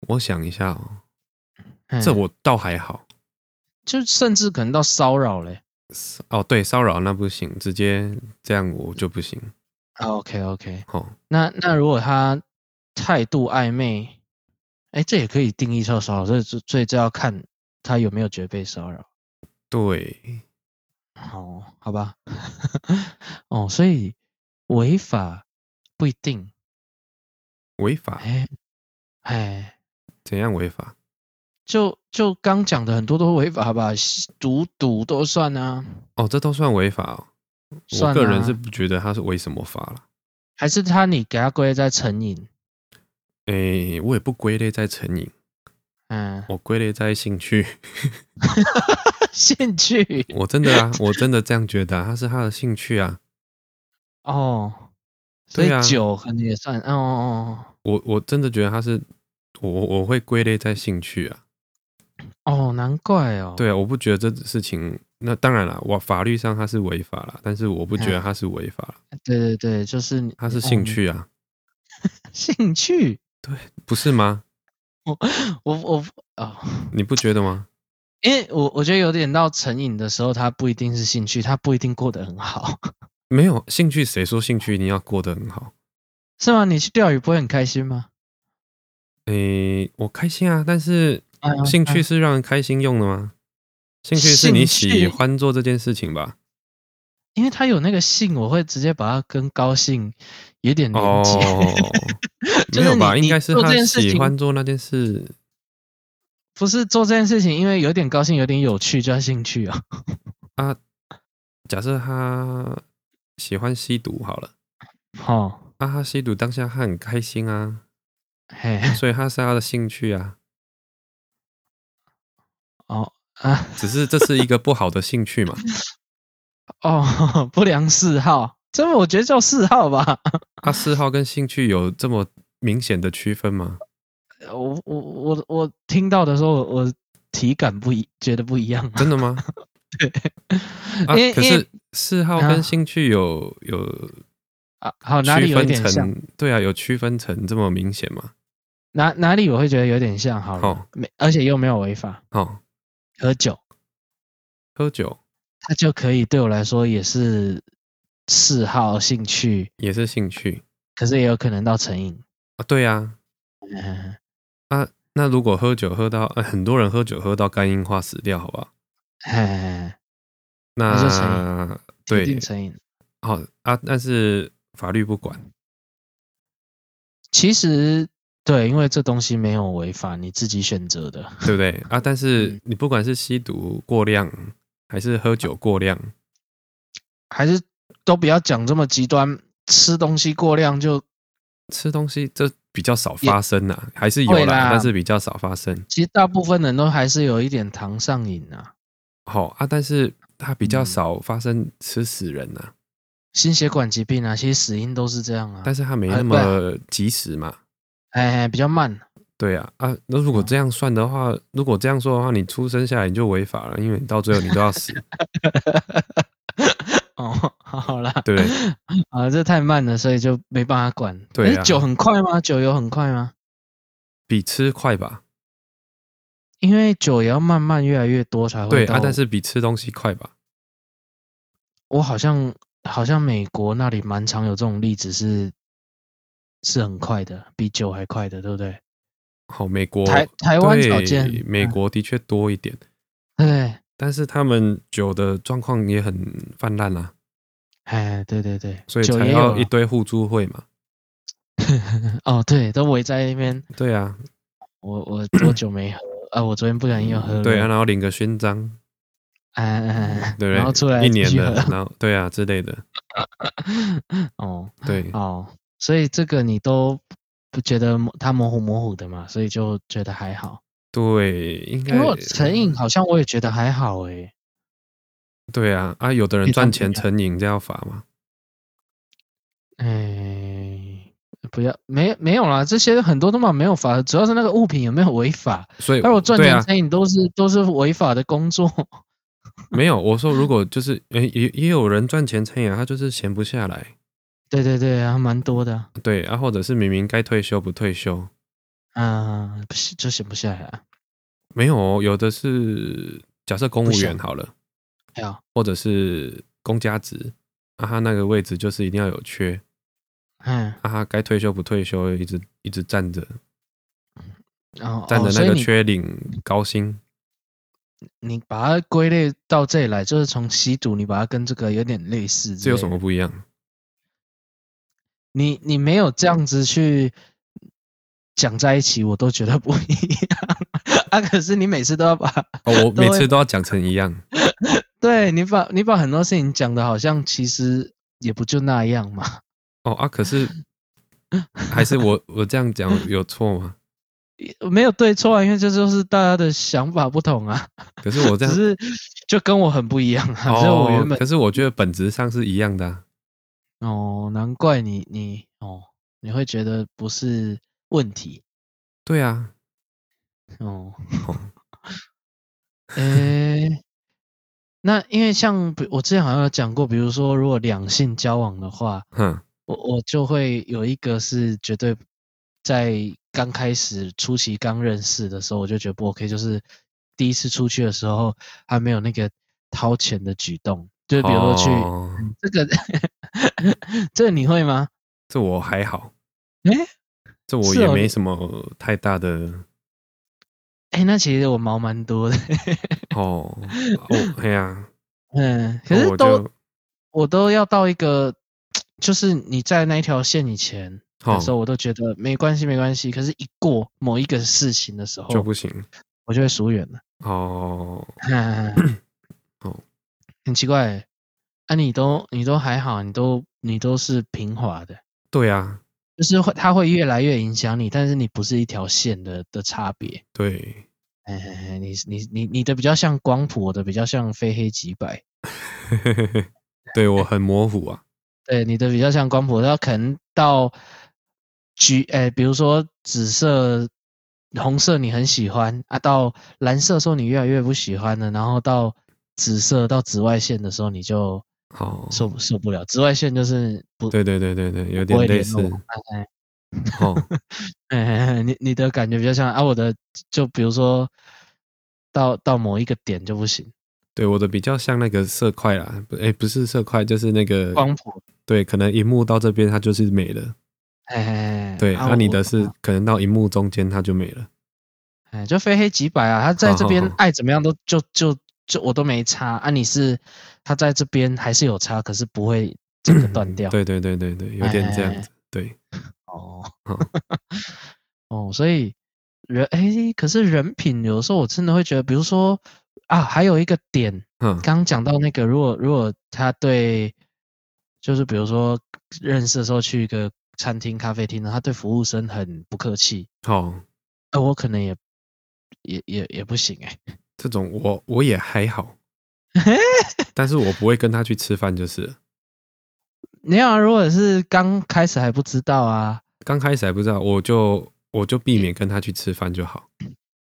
我想一下哦，
嗯
这我倒还好。
就甚至可能到骚扰嘞。
哦，对，骚扰那不行，直接这样我就不行。啊
OK OK，
哦，
那那如果他态度暧昧，哎，这也可以定义叫骚扰，所以这所以这要看他有没有觉得被骚扰。
对，
哦，好吧， 哦，所以违法不一定，
违法
哎哎，
怎样违法？
就就刚讲的很多都违法吧，吸毒赌都算啊。
哦，这都算违法哦。
算
我个人
啊
是不觉得他是违什么法了。
还是他你给他归类在成瘾？
诶，我也不归类在成瘾，
嗯，
我归类在兴趣。
兴趣
我真的啊，我真的这样觉得、啊，他是他的兴趣啊。
哦，所以
对啊
酒可能也算、哦哦
我我真的觉得他是我我我会归类在兴趣
哦
啊。
哦，难怪哦。
对啊，我不觉得这事情。那当然啦，我法律上它是违法啦，但是我不觉得
嗯
它是违法啦，
对对对，就是你
它是兴、
哦
趣啊，
兴趣。
不是吗？
我我哦，
你不觉得吗？
因为我我觉得有点到成瘾的时候，他不一定是兴趣，他不一定过得很好，
没有兴趣，谁说兴趣一定要过得很好？
是吗？你去钓鱼不会很开心吗？
诶，我开心啊，但是
啊
兴趣是让人开心用的吗？兴趣是你
兴
喜
趣
欢做这件事情吧？
因为他有那个性，我会直接把它跟高兴有点连
哦
接。， 就是
没有吧？
你
应
你
该是
做这
他
件事
喜
情
欢做那件事。
不是做这件事情，因为有点高兴，有点有趣，叫兴趣啊。
假设他喜欢吸毒好了，
哦，
那他吸毒当下他很开心 啊，
嘿，
所以他是他的兴趣啊。
哦 啊，
只是这是一个不好的兴趣 嘛。
哦， 不良嗜好，这我觉得叫嗜好吧。
他啊嗜好跟兴趣有这么明显的区分吗？
我我我我听到的时候，我体感不一，觉得不一样啊。
真的吗？啊
因为，
可
因
是
为
嗜好
啊
跟兴趣有有
啊，好，哪里
区
有一
分
点像？
成，对啊，有区分成这么明显吗？
哪哪里我会觉得有点像，好了
好，
没，而且又没有违法，
哦，
喝酒，
喝酒
它就可以对我来说也是嗜好、兴趣，
也是兴趣
可是也有可能到成瘾。
啊，对啊。
嗯，
那如果喝酒喝到、呃很多人喝酒喝到肝硬化死掉，好不好？
嘿，那就成瘾
那
铁定
对，
成瘾。
好啊，但是法律不管，
其实对，因为这东西没有违法，你自己选择的。
对不对啊？但
嗯
是你不管是吸毒过量还是喝酒过量，
还是都不要讲这么极端，吃东西过量就
吃东西这比较少发生啊，还是有
会
啦，
啦
但是比较少发生。
其实大部分人都还是有一点糖上瘾啊，
好、啊，但是它比较
嗯
少发生吃死人呐、啊，
心血管疾病啊，其实死因都是这样啊
但，是它没
啊
那
对啊
么及时嘛。
哎，比较慢，
对啊，
哦
啊，那如果这样算的话，如果这样说的话，你出生下来你就违法了，因为你到最后你都 要死，
哦，好啦，
对不对？
啊，这太慢了，所以就没办法管。
对
诶
啊
酒很快吗？酒有很快吗？
比吃快吧？
因为酒也要慢慢越来越多才会
对
哦到
啊，但是比吃东西快吧？
我好像好像美国那里蛮常有这种例子是，是很快的，比酒还快的，对不对？
好，美国
台台湾少
对
见，
美
嗯
国的确多一点，
对，
但是他们酒的状况也很泛滥啊，
哎，对对对，
所以
酒
才
也
要
有啊
一堆互助会嘛。
哦，对，都围在那边。
对啊，
我我多久没喝？啊，我昨天不小心又喝了。
对啊，，然后领个勋章，
哎哎哎，
对不对？
然后出来
一
继
年
续
了
喝，
然后对啊之类的，
哦
对
哦，所以这个你都不觉得模它模糊模糊的嘛，所以就觉得还好。
对，应该
因为我成瘾，好像我也觉得还好诶。
对啊啊，有
可
的人
以当
赚
朋
钱
友
成瘾，这要罚嘛？
哎，不要，没没有啦，这些很多都嘛没有法，主要是那个物品有没有违法。
所以
但我赚
对
钱
啊，
成瘾都是、都是违法的工作。
没有，我说如果就是呃也也有人赚钱成瘾啊，他就是闲不下来，
对对对，还蛮多的啊。
对啊，或者是明明该退休不退休，
啊，不是就闲不下来啊。
没有哦，有的是假设公
不
务
想
员好了，
还有，
或者是公家职，啊，他那个位置就是一定要有缺，
嗯，
啊，他该退休不退休，一直一直站着，
然后
站着
哦、所
那
以
个
你
缺领高薪，
你把它归类到这里来，就是从吸毒，你把它跟这个有点类似。
这有什么？不一样？
你你没有这样子去讲在一起，我都觉得不一样 啊。可是你每次都要把，
哦，我
都会
每次都要讲成一样，
对你把你把很多事情讲的好像其实也不就那样嘛。
哦啊，可是还是我我这样讲有错吗？
也没有对错啊，因为这就是大家的想法不同啊，
可是我
只
这样
是就跟我很不一样啊。所以我
哦
原，本
可是我觉得本质上是一样的啊、
哦，难怪你你哦，你会觉得不是问题
对啊，
哦。
哦
诶、那因为像比我之前好像有讲过，比如说如果两性交往的话，
哼，
我我就会有一个是绝对在刚开始初期刚认识的时候，我就觉得不 OK，就是第一次出去的时候还没有那个掏钱的举动，就比如说去、
哦
嗯这个 这个你会吗？
这我还好，
诶、
这我
是
也
哦
没
你
什么太大的
哎、那其实我毛蛮多的，
哦，哦，哎呀，
嗯，可
那
是
哦我
都
就
我都要到一个，就是你在那一条线以前的时候，
哦
我都觉得没关系，没关系。可是，一过某一个事情的时候，
就不行
我就会疏远了。
哦， 哦
很奇怪欸，啊，你都你都还好，你都你都是平滑的，
对啊，
就是会它会越来越影响你，但是你不是一条线的的差别。
对，
哎哎哎，你你你你的比较像光谱，我的比较像非黑即白。
对我很模糊啊，
对，你的比较像光谱，它可能到橘，诶、比如说紫色、红色你很喜欢啊，到蓝色的时候你越来越不喜欢了，然后到直射到紫外线的时候，你就
好，
受不受不了。紫外线就是不
哦对对对对对，有
不
点
会
类
联
似
络， 嘛。哎
哦，
哎哎哎，你你的感觉比较像啊，我的就比如说到到某一个点就不行，
对，我的比较像那个色块啦，不，哎，不是色块，就是那个
光谱。
对，可能荧幕到这边它就是没了，
哎哎哎，哎
对，那、
啊
你
我
的是可能到荧幕中间它就没了，
哎，就非黑即白啊！他在
好
这
好
边
好
爱怎么样都就就就我都没差啊！你是他在这边还是有差，可是不会整个断掉。
对对对对对，有点这样
哎
子，对，
哦
好
哦，所以人哎，可是人品有时候我真的会觉得，比如说啊，还有一个点，
嗯，
刚刚讲到那个，如果如果他对，就是比如说认识的时候去一个餐厅、咖啡厅，然后他对服务生很不客气，
好、
那我可能也也也也不行哎、
这种我我也还 好，但是我不会跟他去吃饭，就是了
你要啊如果是刚开始还不知道啊，
刚开始还不知道，我就我就避
嗯
免跟他去吃饭就好。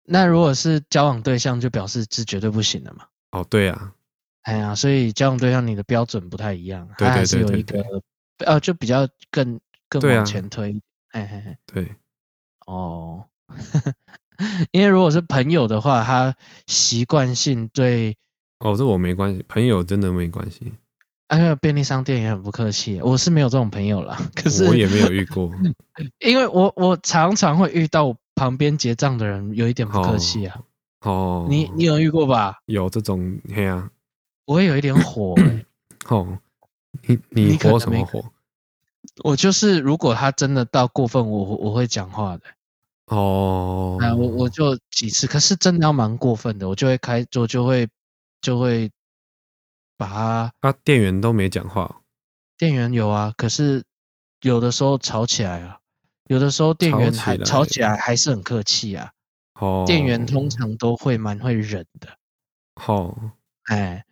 那如果是交往对象，就表示是绝对不行的嘛。
哦，对啊，
哎呀，所以交往对象你的标准不太一样，
对
它还
对
是
对
有
对
一个呃，就比较更更
对啊
往前推。嘿嘿嘿，
对，
哦， 因为如果是朋友的话，他习惯性对
哦，这我没关系，朋友真的没关 系，
哎呀便利商店也很不客气，我是没有这种朋友啦。可是嗯
我也没有遇 过。
因为我我常常会遇到我旁边结账的人有一点不客气啊，
哦，
你你有遇过吧？
有这种嘿啊？
我会有一点 火欸、
哦，你
你
你
可
火
能
什
没
么
可
火？
我就是如果他真的到过分，我我会讲话的。
哦，
啊，我我就几次，可是真的要蛮过分的，我就会开，我就会就会把他
啊，店员都没讲话哦，
店员有啊，可是有的时候吵起来啊，有的时候店
吵
员
起
还
来
吵起来还是很客气啊，
哦，
店员通常都会蛮会忍的，
哦，
哎，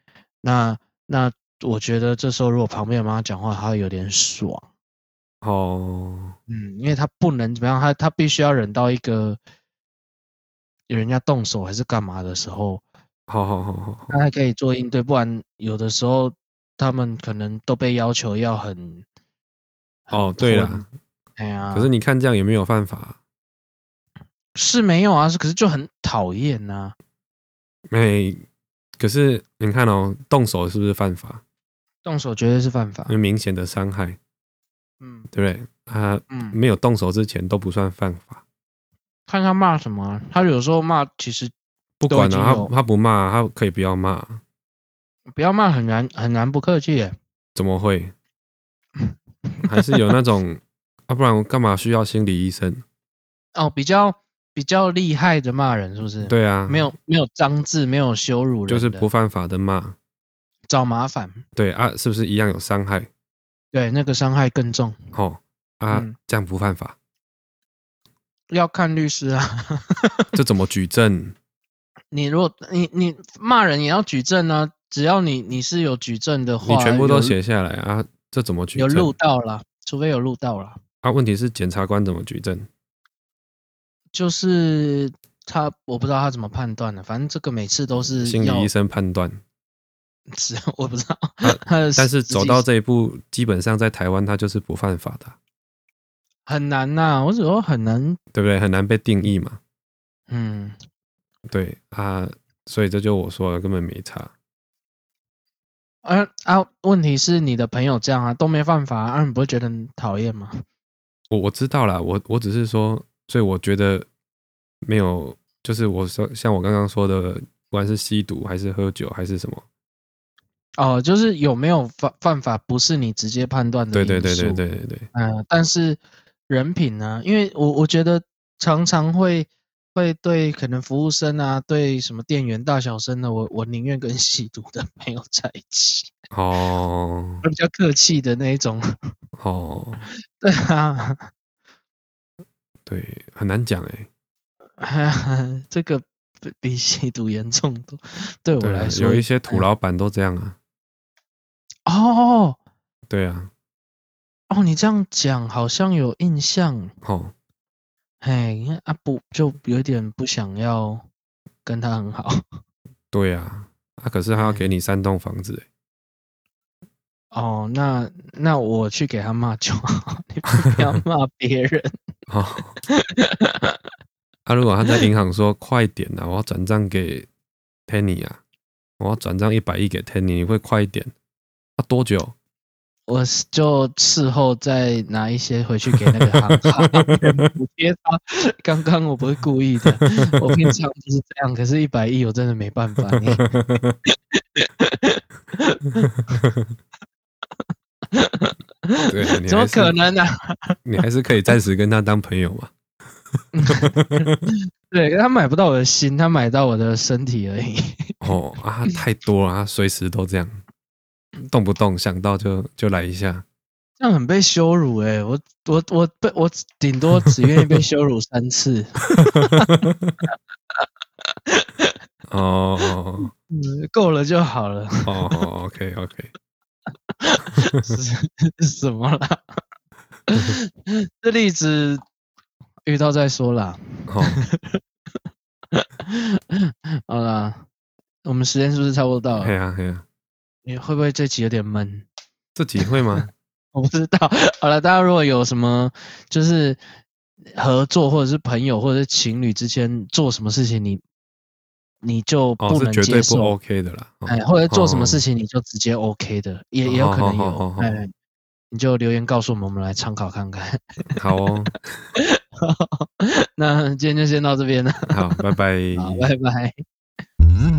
那那我觉得这时候如果旁边有妈妈讲话，他会有点爽。
哦，
嗯，因为他不能怎么样，他他必须要忍到一个有人家动手还是干嘛的时候，
好好好哦好好，
他还可以做应对，不然有的时候他们可能都被要求要很
哦，对
混
了，
哎呀，
可是你看这样有没有犯法啊？
是没有啊，是可是就很讨厌呐、
哎、可是你看哦，动手是不是犯法？
动手绝对是犯法
因。为明显的伤害，
嗯
对不对？啊他
嗯，
没有动手之前都不算犯法，
看他骂什么啊、他有时候骂其实
不
都
管
已经
了、啊，
有
他他不骂，他可以不要骂，
不要骂很难很难不客气耶，
怎么会？ 还是有那种，啊，不然我干嘛需要心理医生？
哦，比较比较厉害的骂人是不是？，
对啊，
没有没有脏字，没有羞辱人的，
就是不犯法的骂，
找麻烦。
对啊，是不是一样有伤害？
对，那个伤害更重，
哦，啊，
嗯
这样不犯法，
要看律师啊。
这怎么举 证？
你如果你你骂人也要举证啊，只要你你是有举证的话，
你全部都
有
写下来啊，这怎么举
有录
证？
到啦，除非有录到啦，
啊，问题是检察官怎么举证？
就是他我不知道他怎么判断的，反正这个每次都是
心
要
理医生判断。
是我不知道，
啊
他的
但是
实
走
际
到这一步，基本上在台湾它就是不犯法的啊，
很难呐、我只说很难，
对不对？很难被定义嘛。
嗯，
对啊，所以这就我说了，根本没差。
而啊，问题是你的朋友这样啊都没办法啊，啊你不会觉得很讨厌吗？
我我知道啦，我我只是说，所以我觉得没有，就是我说像我刚刚说的，不管是吸毒还是喝酒还是什么，
哦，就是有没有犯犯法，不是你直接判断的
对
因素。
对对对对对对，
嗯，但是人品呢、因为我我觉得常常会会对可能服务生啊，对什么店员、大小声的，我我宁愿跟吸毒的朋友在一起，
哦
我比较客气的那一种。
哦，
对啊，
对，很难讲哎、
这个比比吸毒严重多，对我
对啊
来，说嗯
有一些土老板都这样啊，
哦
对啊，
哦，你这样讲好像有印象，
哦，
哎，你看啊不就有点不想要跟他很好。
对啊，啊，可是他要给你三栋房子、欸，
哦，那那我去给他骂就好， 你不要骂别人。
好、啊，如果他在银行说快点啊，我要转账给 Tenny 啊，我要转账一百亿给 Tenny，你会快一点？啊，多久？
我是就事后再拿一些回去给那个行行员补贴他。刚刚我不是故意的，我平常就是这样，可是一百亿我真的没办法。你
对，你
怎么
还是
可？能呢、啊？
你还是可以暂时跟他当朋友嘛。
对他买不到我的心，他买到我的身体而已。
哦啊，太多了，他随时都这样，动不动想到就就来一下。
这样很被羞辱哎、我我我被我顶多只愿意被羞辱三次。
哦哦
嗯，够了就好了，
哦哦，OK OK，
是什么啦？ 这例子遇到再说啦。
哦，
好啦，我们时间是不是差不多到
嘿
了？
呀嘿呀，
你会不会这集有点闷？
这集会吗？
我不知道。好了，大家如果有什么就是合作或者是朋友或者是情侣之间做什么事情你，你就
哦，
不
是
能
绝对
接
不
受，
OK 的啦。哦
哎，或者做什么
哦
事情你就直接 OK 的，也也有可能
好好
有
好好，
哎，你就留言告诉我们，我们来参考看看。
好哦，
那今天就先到这边了，
好，拜拜。
好，拜拜。